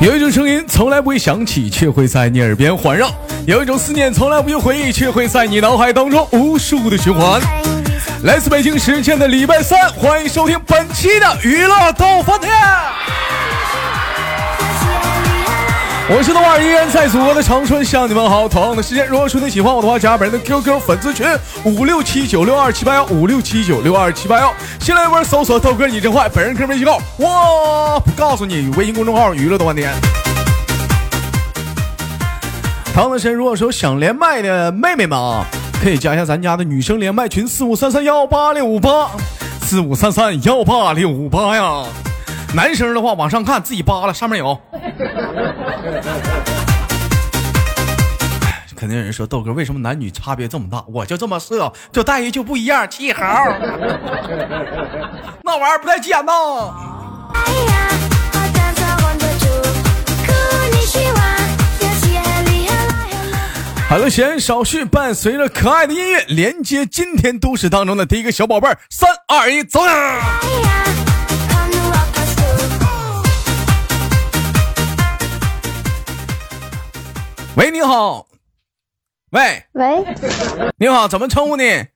有一种声音从来不会响起，却会在你耳边环绕；有一种思念从来不用回忆，却会在你脑海当中无数的循环。来自北京时间的礼拜三，欢迎收听本期的娱乐逗翻天。我是豆瓣儿，依然在祖国的长春向你们好。同样的时间，如果说你喜欢我的话，加本人的 QQ 粉丝群五六七九六二七八幺五六七九六二七八幺，新浪微博搜索豆哥你真坏，本人 QQ 微信号我不告诉你，微信公众号娱乐多半天。唐德深，如果说想连麦的妹妹们啊，可以加一下咱家的女生连麦群四五三三幺八六五八，四五三三幺八六五八呀。男生的话往上看，自己扒拉，上面有。肯定有人说豆哥为什么男女差别这么大？我就这么色，这待遇就不一样，气猴， 那玩意儿不太简单。好了，闲言少叙，伴随着可爱的音乐，连接今天都市当中的第一个小宝贝儿，三二一，走呀！喂，你好，喂，喂，你好，怎么称呼你？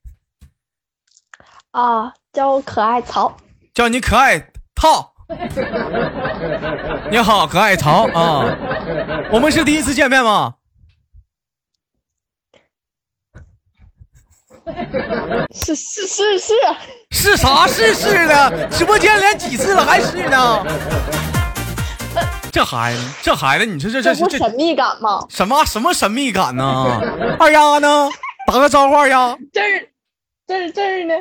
啊，叫我可爱曹，叫你可爱套。 你好，可爱曹啊，我们是第一次见面吗？是是是是，是啥是是呢？直播间连几次了还是呢？这孩子，这孩子，你说这这这不这神秘感吗？什么什么神秘感呢？二丫呢？打个招呼，二丫，这儿，这儿这儿呢？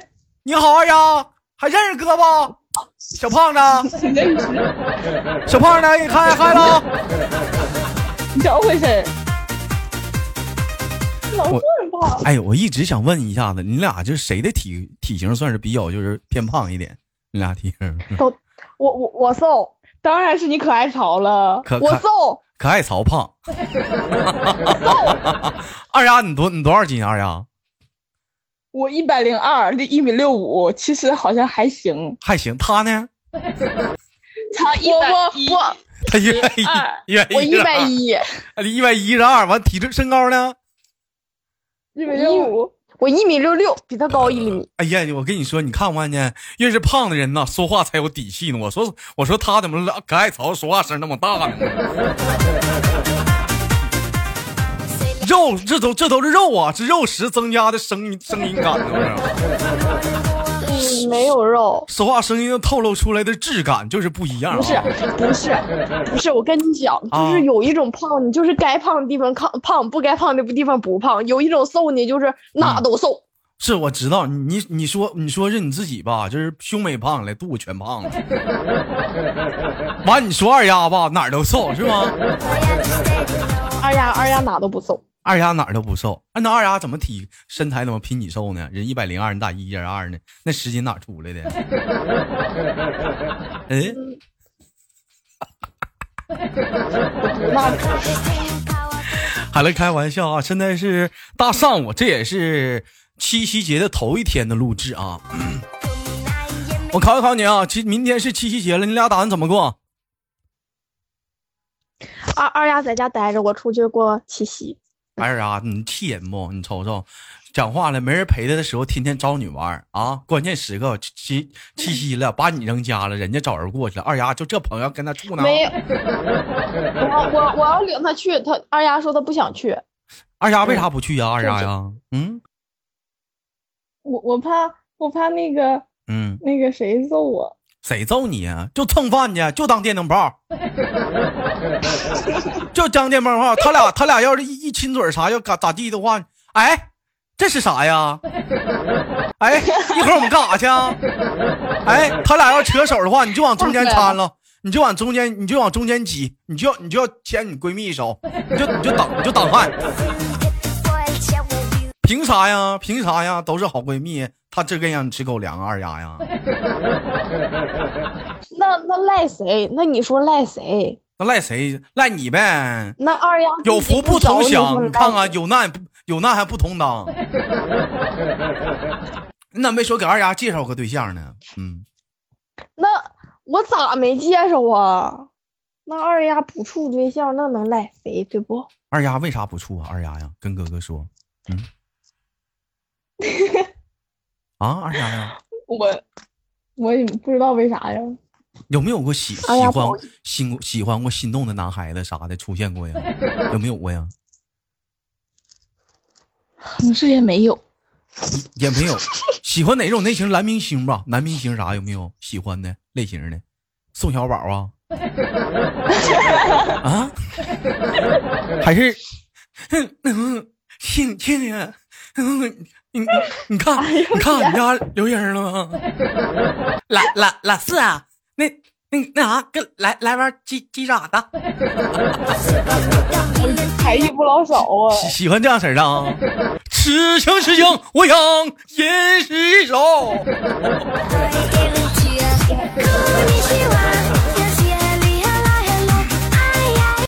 你好，二丫，还认识哥不？小胖子，你认识？小胖子，你嗨嗨了。你咋回事？老我棍儿吧？哎，我一直想问一下子，你俩就是谁的体体型算是比较就是偏胖一点？你俩体型，我我我瘦，当然是你可爱曹了可我可瘦，可爱曹胖。 二丫，你多你多少斤啊？二丫我一百零二，一米六五，其实好像还行。还行，他呢？他一百一，啊他一百二一，一百我一十百二一，一百一十二，完体重身高呢？一米六五，我一米六六，比他高一厘米。哎呀，我跟你说，你看不看见？越是胖的人呐，说话才有底气呢。我说，我说他怎么可爱曹说话声那么大呢？肉，这都这都是肉啊，是肉食增加的声音声音感呢，不是嗯，没有肉。说话声音透露出来的质感就是不一样、啊。不是不是不是，我跟你讲，就啊是有一种胖，你就是该胖的地方胖胖，不该胖的地方不胖；有一种瘦，你就是嗯哪都瘦。是我知道你，你说你说是你自己吧，就是胸没胖了，肚子全胖了。完，你说二丫吧，哪儿都瘦是吗？二丫二丫哪都不瘦，二丫哪儿都不瘦，啊那二丫怎么体身材怎么比你瘦呢？人一百零二，你咋一点二呢？那十斤哪儿出来 的？嗯，那好了，开玩笑啊！现在是大上午，这也是七夕节的头一天的录制啊。我考一考你啊，其明天是七夕节了，你俩打算怎么过？二二丫在家待着，我出去过七夕。二丫，哎你气人不？你瞅瞅，讲话了，没人陪她的时候，天天找你玩儿啊！关键时刻七七夕了，把你扔家了，人家找人过去了。二丫就这朋友跟他处呢？ 没有，我我我要领她去，她二丫说她不想去，二丫为啥不去呀、二丫嗯就呀？嗯我我怕我怕那个嗯，那个谁揍我，谁揍你呀、就蹭饭去，就当电灯泡， 就当电灯泡。他俩他俩要是一一亲嘴儿啥要咋咋地的话，哎，这是啥呀？哎，一会儿我们干啥去啊？哎，他俩要扯手的话，你就往中间掺了。你就往中间，你就往中间挤，你就要你就要牵你闺蜜一手，你就你就挡你就挡汗，凭啥呀？凭啥呀？都是好闺蜜，她这跟让你吃狗粮啊，二丫呀？那那赖谁？那你说赖谁？那赖谁？赖你呗。那二丫有自己福不同找享，说你看赖看，有难不有难还不同当。你咋没说给二丫介绍个对象呢？嗯，那我咋没介绍啊？那二丫不处对象，那能赖谁对不？二丫为啥不处啊？二丫呀，跟哥哥说，嗯，啊，二丫呀，我我也不知道为啥呀。有没有过喜喜哎呀欢不好意心喜欢过心动的男孩子啥的出现过呀？有没有过呀？同事也没有，也没有。喜欢哪种类型？男明星吧，男明星啥有没有喜欢的类型的？宋小宝 啊？啊？还是？亲亲亲，你你你看你看你家刘英了吗？ 老老老四啊，那那那啥，跟来来玩鸡鸡爪子，才艺不老少啊。喜喜欢这样式儿的啊？痴情痴情，我想吟诗一首。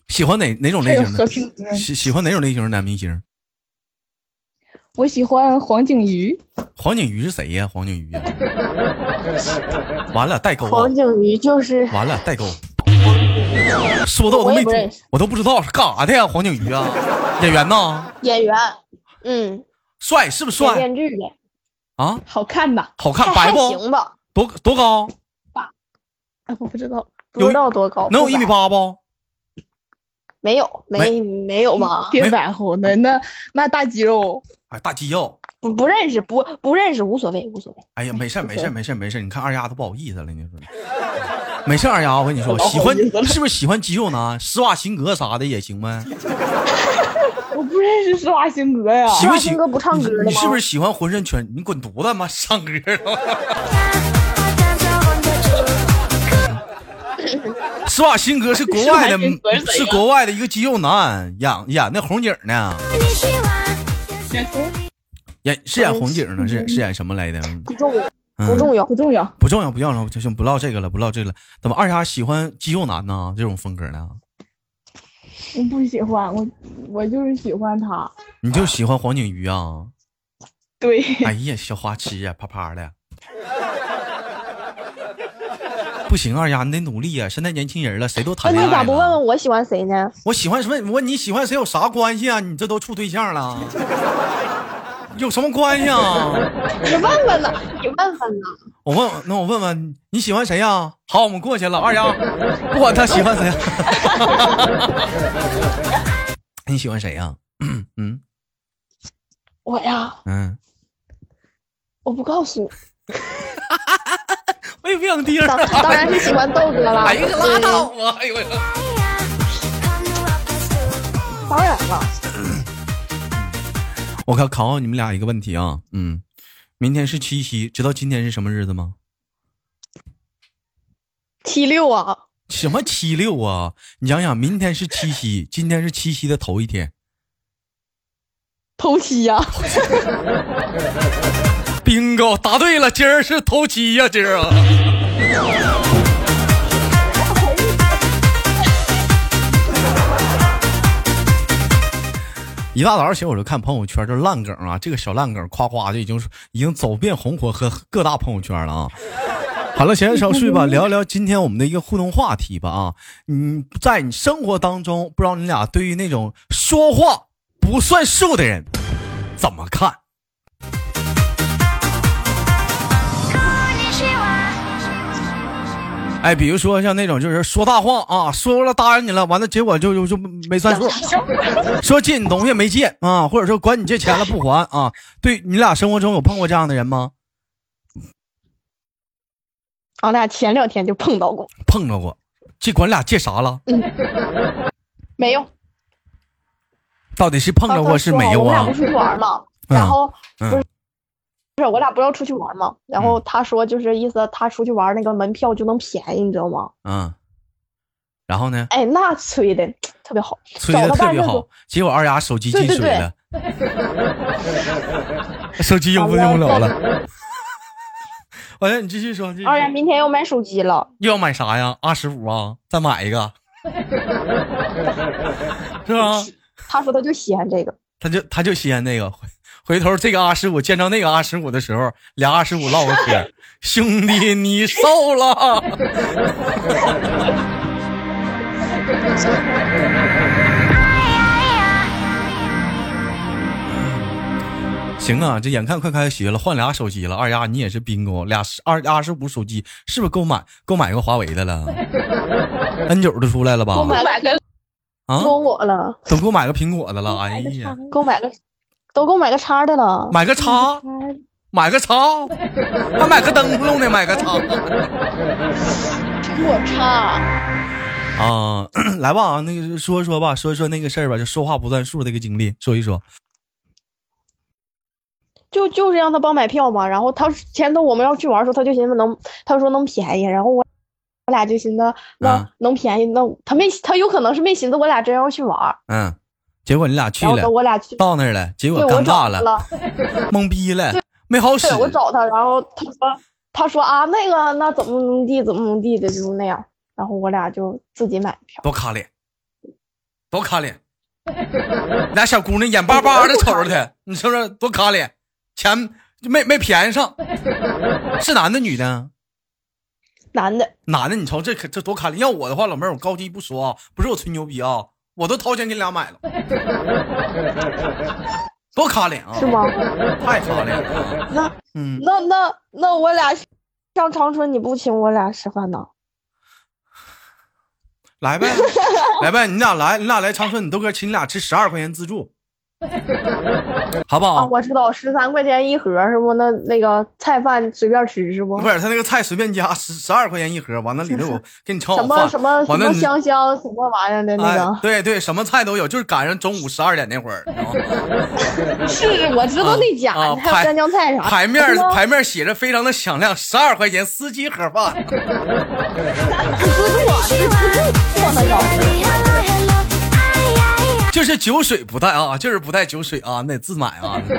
喜欢哪哪种类型的？哎平歌喜喜欢哪种类型的男明星？我喜欢黄景瑜。黄景瑜是谁呀、黄景瑜呀、完了代沟啊、黄景瑜就是完了代沟，说的我都我没也不听认识，我都不知道是干啥的呀？黄景瑜啊，演员呐，演员，嗯，帅是不是演帅电视剧的，啊？好看吧？好看还白还不？行吧？多多高？啊哎，我不知 道，有不知道多高，能有不一敢米？八不？没有，没没有吧？没别白活呢，那那大肌肉，哎，大肌肉。不不认识，不不认识，无所谓，无所谓。哎呀，没事儿不没事错儿没事儿没事儿，你看二丫都不好意思了，你说。没事儿，二丫，我跟你说，不好喜欢意思了是不是喜欢肌肉男？施瓦辛格啥的也行呗。我不认识施瓦辛格呀。 喜不瓦喜辛格不唱歌的你？你是吗不是喜欢浑身全？你滚犊子妈 唱歌 了！施瓦辛格是国外的施瓦辛格是，谁是呀国外的一个肌肉男，演演那红警呢，演是演红警呢，是是演什么来的？不重要，不嗯，重要不。重要，不重要不重要，就行，不唠这个了，不唠这个了。怎么二丫喜欢肌肉男呢？这种风格呢？我不喜欢我，我就是喜欢他。你就喜欢黄景瑜 啊？ 对，哎呀，小花痴呀、啪啪的。不行，二丫，你得努力呀、现在年轻人了，谁都那谈恋你爱咋不问了。问我喜欢谁呢？我喜欢什么？我你喜欢谁有啥关系啊？你这都处对象 了，有什么关系啊？你问问呢？你问问呢？我问，那我问问你喜欢谁呀、好，我们过去了。二丫，不管他喜欢 谁，啊你喜欢谁呀、 嗯我呀，嗯，我不告诉你。我也哎不想听。当当然是喜欢豆哥了。 哎呀，拉倒吧！哎呦我。对当然了，我考考考你们俩一个问题啊，嗯，明天是七夕，知道今天是什么日子吗？七六啊，什么七六啊？你想想，明天是七夕，今天是七夕的头一天，头七呀， bingo，答对了，今儿是头七呀、今儿啊。 一大早起我就看朋友圈，这烂梗啊，这个小烂梗夸夸就已经已经走遍红火和各大朋友圈了啊。 好了，闲言少叙吧，聊一聊今天我们的一个互动话题吧啊。嗯，在你生活当中，不知道你俩对于那种说话不算数的人怎么看？哎，比如说像那种就是说大话啊，说了答应你了，完了结果就就就没算 数，说借你东西没借啊，或者说管你借钱了不还啊，对你俩生活中有碰过这样的人吗？俺俩前两天就碰到过，碰着过，这管俩借啥了？没有。到底是碰着过是没有我们俩啊不？出去玩嘛，嗯然后嗯不是。不是，我俩不要出去玩嘛？然后他说，就是意思他出去玩那个门票就能便宜，你知道吗？嗯，然后呢，哎，那吹的特别好，吹的找了特半别日好子，结果二丫手机进水了，手机用不完用了不了了。 完了，你继续说，继续说二丫明天要买手机了，又要买啥呀？二十五啊，再买一个，是吧？他说他就喜欢这个，他就他就稀罕那个，回回头这个二十五见着那个二十五的时候，俩二十五唠个嗑， 兄弟你瘦了。行啊，这眼看快开学了，换俩手机了。二丫，你也是bingo，俩十二二十五手机，是不是购买购买个华为的 了？N 九都出来了吧？购买买个啊，都我了，都购买个苹果的了。哎呀，购买个，都购买个叉的了。买个叉，买个 叉，还买个灯笼呢，买个叉。苹果叉， 啊， 来吧，啊，那个说一说吧，说一说那个事儿吧，就说话不算数这个经历，说一说。就就是让他帮买票嘛。然后他前头我们要去玩的时候，他就寻思能，他说能便宜，然后我我俩就寻思那、啊能便宜，那他没他有可能是没寻思我俩真要去玩，嗯，结果你俩去然后了等，我俩去，到那儿了，结果对我尴找尬他了， 了，懵逼了，没好使对。我找他，然后他说他说啊那个那怎么怎么地怎么怎么地的，就是那样。然后我俩就自己买票，多卡脸，多卡脸，俩小姑娘眼巴巴的瞅着他，你说说多卡脸，钱就没没便宜上，是男的女啊的？男的男的，你瞅这可这多卡脸。要我的话，老妹儿，我高低不说啊，不是我吹牛逼啊，我都掏钱给你俩 买了，多卡脸啊是，吗？太卡脸了啊。那嗯，那那那我俩上长春，你不请我俩吃饭呢？来 呗，来呗，你俩来，你俩来长春，你豆哥请你俩吃十二块钱自助，好不好？啊，我知道，十三块钱一盒是不？那那个菜饭随便吃是不不？是他那个菜随便加十十二块钱一盒，完了里头有给你炒什好么饭，什么什完了么哦你香香什么玩意儿的那哎个？对对，什么菜都有，就是赶上中午十二点那 会儿，你知道吗是，我知道那家啊的，还排有干酱菜啥牌面是吗牌面写着非常的响亮，十二块钱司机盒饭，就是酒水不带啊，就是不带酒水啊，你得自买啊。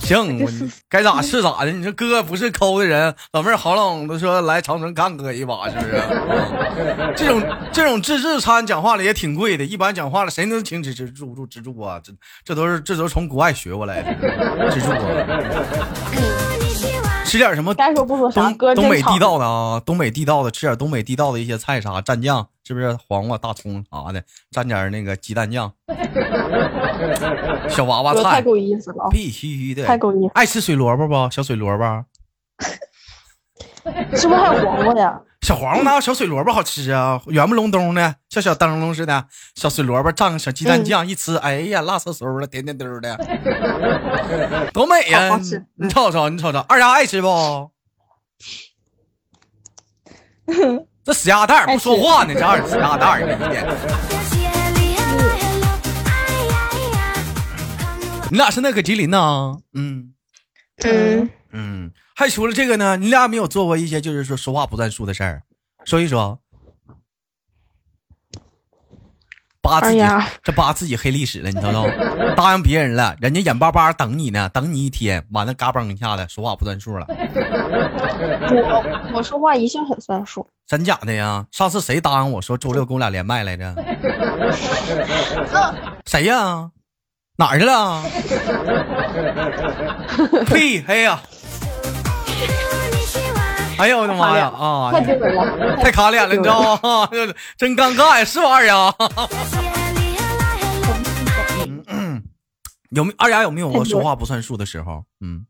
行，我该咋是咋的。你说哥不是抠的人，老妹儿好冷的说来长城干哥一把，是不是？啊这种这种自助餐讲话了也挺贵的，一般讲话了谁能请吃吃住不住吃住啊？这这都是这都是从国外学过来的，吃住啊，吃点什么该说不说啥，东哥东真北吵地。道的啊，东北地道的，吃点东北地道的一些菜啥，蘸酱是不是？黄瓜、大葱啥的，蘸点那个鸡蛋 酱，小娃娃哥太菜，够意思了啊，必须的。太够意思爱吃水萝卜不？小水萝卜，了，是不是还有黄瓜呀？小黄瓜哪有小水萝卜好吃啊？圆不隆咚的，像小灯笼似的。小水萝卜蘸个小鸡蛋酱，一吃，嗯哎呀，辣嗖嗖的，甜甜兜的， 多美呀、好好吃你瞅瞅，你瞅瞅，二丫爱吃不？ 这死鸭蛋儿不说话呢，这二死鸭蛋儿呢，一天你俩现在搁吉林呢？嗯嗯，嗯，还除了这个呢，你俩有没有做过一些就是说说话不算数的事儿，说一说。扒自己、哎呀这扒自己黑历史了，你瞅瞅，答应别人了，人家眼巴巴等你呢，等你一天，完了嘎嘣一下子说话不算数了，我我说话一向很算数，真假的呀？上次谁答应我说周六跟我俩连麦来着？谁呀？哪儿去 了？呸！哎呀，哎呦我的妈呀啊！太丢人了。 太卡脸了，你知道吗？ 真尴尬呀，是吧，二丫？ 有没二丫有没有过说话不算数的时候？嗯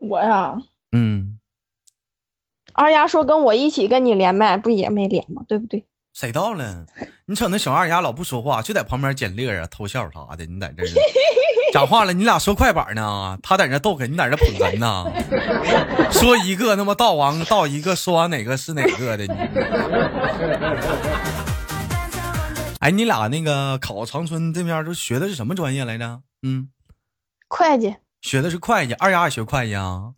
我呀，嗯，二丫说跟我一起跟你连麦，不也没连吗？对不对？谁到了？你瞅那小二丫老不说话，就在旁边捡乐啊，偷笑啥的。你在这儿呢讲话了，你俩说快板呢，他在那逗哏，你在那捧哏呢，说一个他妈道完道一个，说完哪个是哪个的你。哎，你俩那个考长春这边都学的是什么专业来着？嗯。会计，学的是会计，二丫也学会计啊。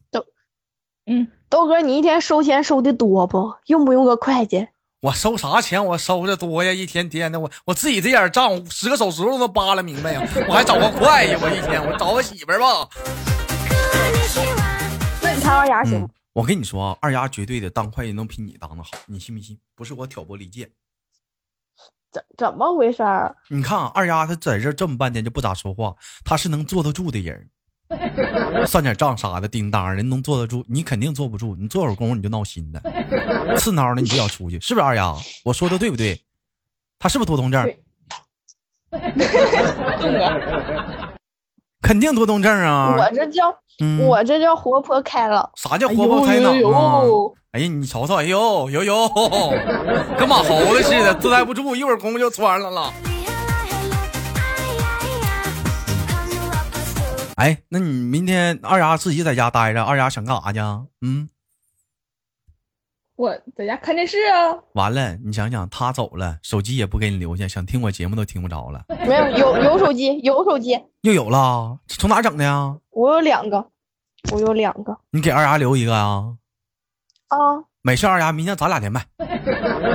嗯，豆哥，你一天收钱收的多不？用不用个会计？我收啥钱？我收的多呀，一天天的，我我自己这点账，我十个手指头都扒拉明白呀， 我还找个会计，我一天我找个媳妇儿吧。那你看二丫行吗嗯，我跟你说啊，二丫绝对的当会计能比你当的好，你信不信？不是我挑拨离间。怎怎么回事儿？你看啊，二丫她在这这么半天就不咋说话，她是能坐得住的人。算点账啥的，叮当人能坐得住，你肯定坐不住。你做会儿工夫你就闹心的，刺挠的你就想出去，是不是二丫？我说的对不对？他是不是多动症？肯定多动症啊！我这叫嗯我这叫活泼开朗。啥叫活泼开朗哎呦啊呦呦？哎呀，你瞅瞅，哎呦呦呦， 跟马猴子似的，自带不住，一会儿功夫就穿了了。哎，那你明天二丫自己在家待着，二丫想干啥去啊？嗯，我在家看电视啊，完了，你想想，他走了，手机也不给你留下，想听我节目都听不着了。没有有有手机，有手机，又有了，从哪整的呀？我有两个，我有两个你给二丫留一个啊？啊。没事，二丫，明天咱俩连麦，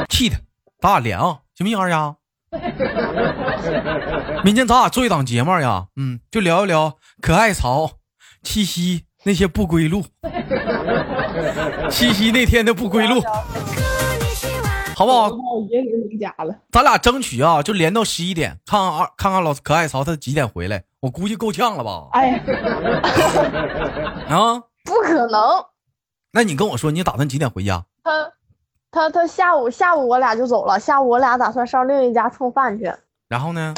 气他，咱俩连啊，行不行？二丫，明天咱俩做一档节目呀，嗯，就聊一聊可爱潮、七夕那些不归路， 七夕那天的不归路，好不好？我爷留回家了。咱俩争取啊，就连到十一点，看看二看看老可爱潮他几点回来，我估计够呛了吧？哎呀，啊，不可能，那你跟我说，你打算几点回家？他他他下午下午我俩就走了，下午我俩打算上另一家蹭饭去，然后呢？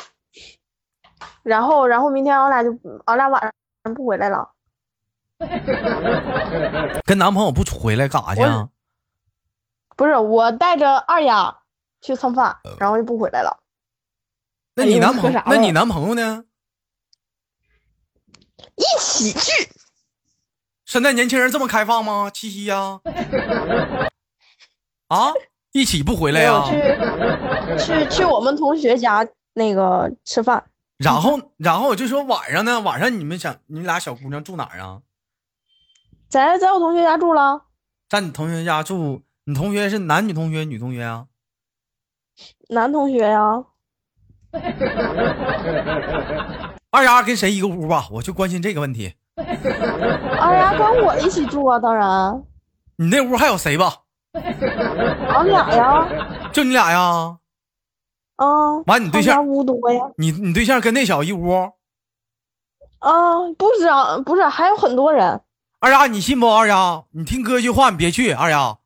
然后然后明天俺俩就俺俩晚上不回来了。跟男朋友不回来干啥去啊？不是我带着二丫去蹭饭，呃然后就不回来了。那你哎呦男朋说友啥，那了你男朋友呢？一起去，现在年轻人这么开放吗？七夕呀、啊，一起不回来呀、去去去我们同学家那个吃饭。然后，然后我就说晚上呢，晚上你们想，你俩小姑娘住哪儿啊？在在我同学家住了，在你同学家住？你同学是男女同学、女同学啊？男同学呀、二丫跟谁一个屋吧？我就关心这个问题。二丫跟我一起住啊，当然，你那屋还有谁吧？俺俩呀，就你俩呀？啊，完你对象他们家屋多呀，你你对象跟那小一屋？啊，不止啊，不是，还有很多人，二丫，你信不？二丫，你听哥一句话，你别去。二丫，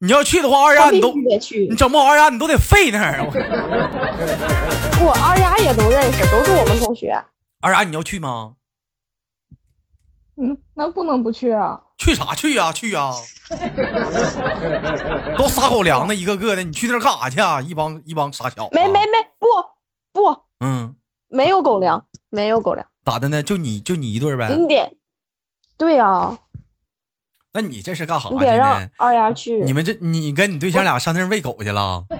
你要去的话，二丫他你必都须得你去。整不好二丫你都得废那儿。我我二丫也都认识，都是我们同学。二丫，你要去吗？嗯，那不能不去啊。去啥去呀、去呀、都撒狗粮的，一个个的，你去那儿干啥去啊？一帮一帮傻小子。没没没，不不，嗯，没有狗粮，没有狗粮，咋的呢？就你就你一对儿呗？你得，对呀、那哦你这是干啥去你得让呢？二丫去。你们这你跟你对象俩上那儿喂狗去了？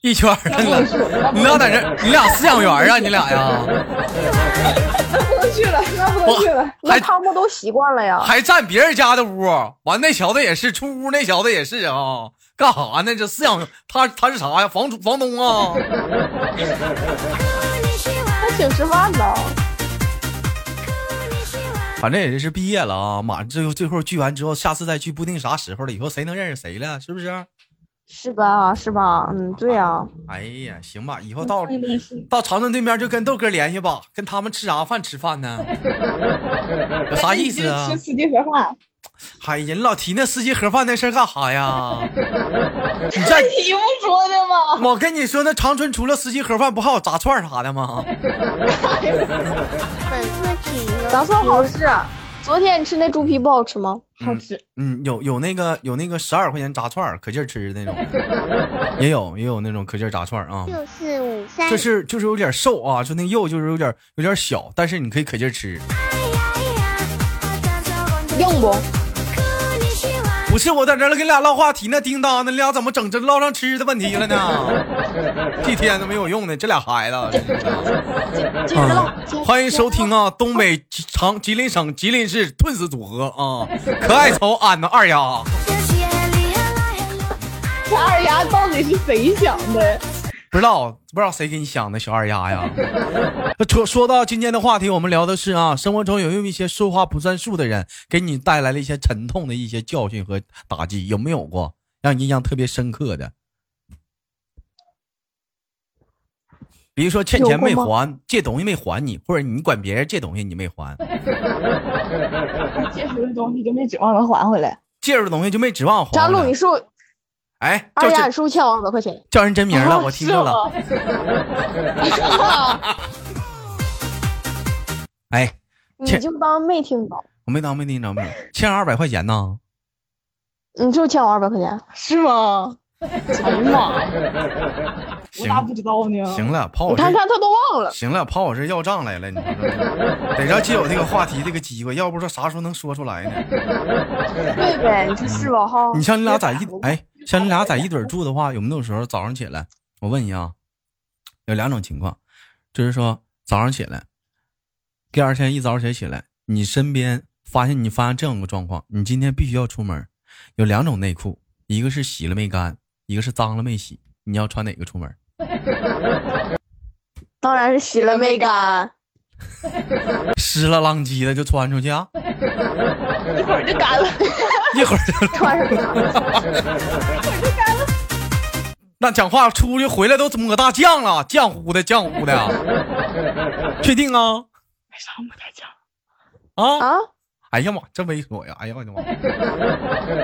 一圈儿不能去，了。那不你俩在这，你俩饲养员啊？你俩呀，能去了，那不能去了。那还他们都习惯了呀。还占别人家的屋，完那小子也是出屋，那小子也是啊，干啥呢？这饲养他他是啥呀？房主房东啊？ 他请吃饭呢。反正也是毕业了啊，马上最后最后聚完之后，下次再聚不定啥时候了，以后谁能认识谁了，是不是？是吧？是吧？嗯，对啊，哎呀，行吧，以后到那不是到长春对面就跟豆哥联系吧，跟他们吃啥饭吃饭呢？有啥意思啊吃？司机盒饭，哎呀，你老提那司机盒饭那事儿干啥 呀？你这你不说的吗？我跟你说，那长春除了司机盒饭，不还有炸串儿啥的吗？杂算好吃。昨天你吃那猪皮不好吃吗？好吃。嗯，有有那个有那个十二块钱炸串儿，可劲儿吃的那种， 也有也有那种可劲儿炸串儿啊。六四五三，就是就是有点瘦啊，就那肉就是有点有点小，但是你可以可劲儿吃。硬不？不是我在这儿跟你俩唠话题呢，叮当呢，你俩怎么整这唠上吃的问题了 呢？这天都没有用的，这俩孩子真是的。接着唠，接着欢迎收听啊，东北吉长吉林省吉林市顿死组合啊，可爱愁俺的二丫。这二丫到底是谁想的？不知道不知道谁给你想的小二丫呀？说说到今天的话题，我们聊的是啊，生活中有没有一些说话不算数的人，给你带来了一些沉痛的一些教训和打击，有没有过让你印象特别深刻的？比如说欠钱没有过还，借东西没还你，或者你管别人借东西你没还， 借出的东西就没指望能还回来。借着东西就没指望还了。张璐，你是不是哎，二叫丫，这你是不是欠我五百块钱？叫人真名了，我听着了。哦是 哎，你欠就当没听到，我没当没听着没有，欠二百块钱呢。你就欠我二百块钱。吗？是吗？哎呀妈呀！我行咋不知道呢？行了，跑你我这看看他都 忘了，行了，跑我这要账来了，你说这得让借我这个话题这个机会，要不说啥时候能说出来呢？对呗？你说是吧？哈，你像你俩在一哎，像你俩在一堆儿住的话，有没有时候早上起来，我问你啊，有两种情况，就是说早上起来，第二天一早起来起来，你身边发现你发现这样一个状况，你今天必须要出门，有两种内裤，一个是洗了没干，一个是脏了没洗，你要穿哪个出门？当然是洗了没干。湿了浪叽的就穿出去啊，一会儿就 干了。 一会儿就。 穿上了， 那讲话出去回来都抹大酱了，酱糊的酱糊的、啊 确定啊？为啥没在家？啊！啊，哎呀妈，真猥琐呀！哎呀我的妈！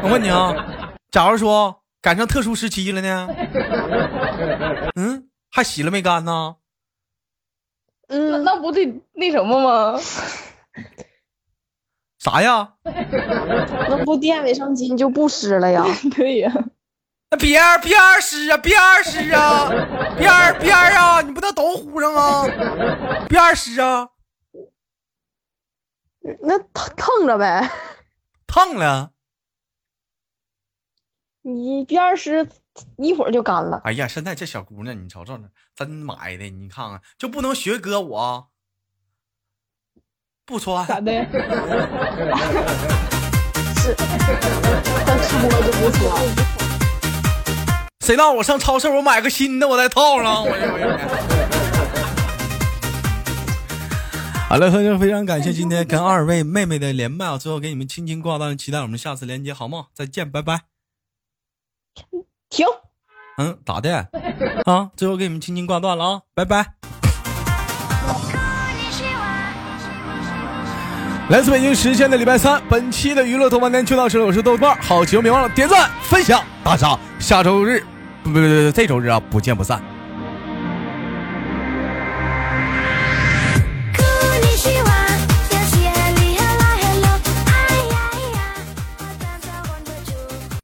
我问你啊，假如说赶上特殊时期了呢？嗯，还洗了没干呢？那嗯，那不得那什么吗？啥呀？那不垫卫生巾就不湿 了呀？ 对呀，那别别湿啊，别湿啊，别别啊！你不能都糊上啊？别湿啊，那腾腾着呗，烫了。你边湿一会儿就干了。哎呀，现在这小姑娘，你瞅瞅呢，真埋的，你看看就不能学哥我，不咋穿。的？但吃播就不说，谁让我上超市我买个新的，我再套上，我这我这。 好了，各位，非常感谢今天跟二位妹妹的连麦啊！最后给你们轻轻挂断，期待我们下次连接，好吗？再见，拜拜。停。嗯，咋 的？啊，最后给你们轻轻挂断了啊，拜拜。来自北京时间的礼拜三，本期的娱乐豆瓣天就到这里，我是豆瓣儿，好节目别忘了点赞、分享、打赏，下周日不不不，这周日啊，不见不散。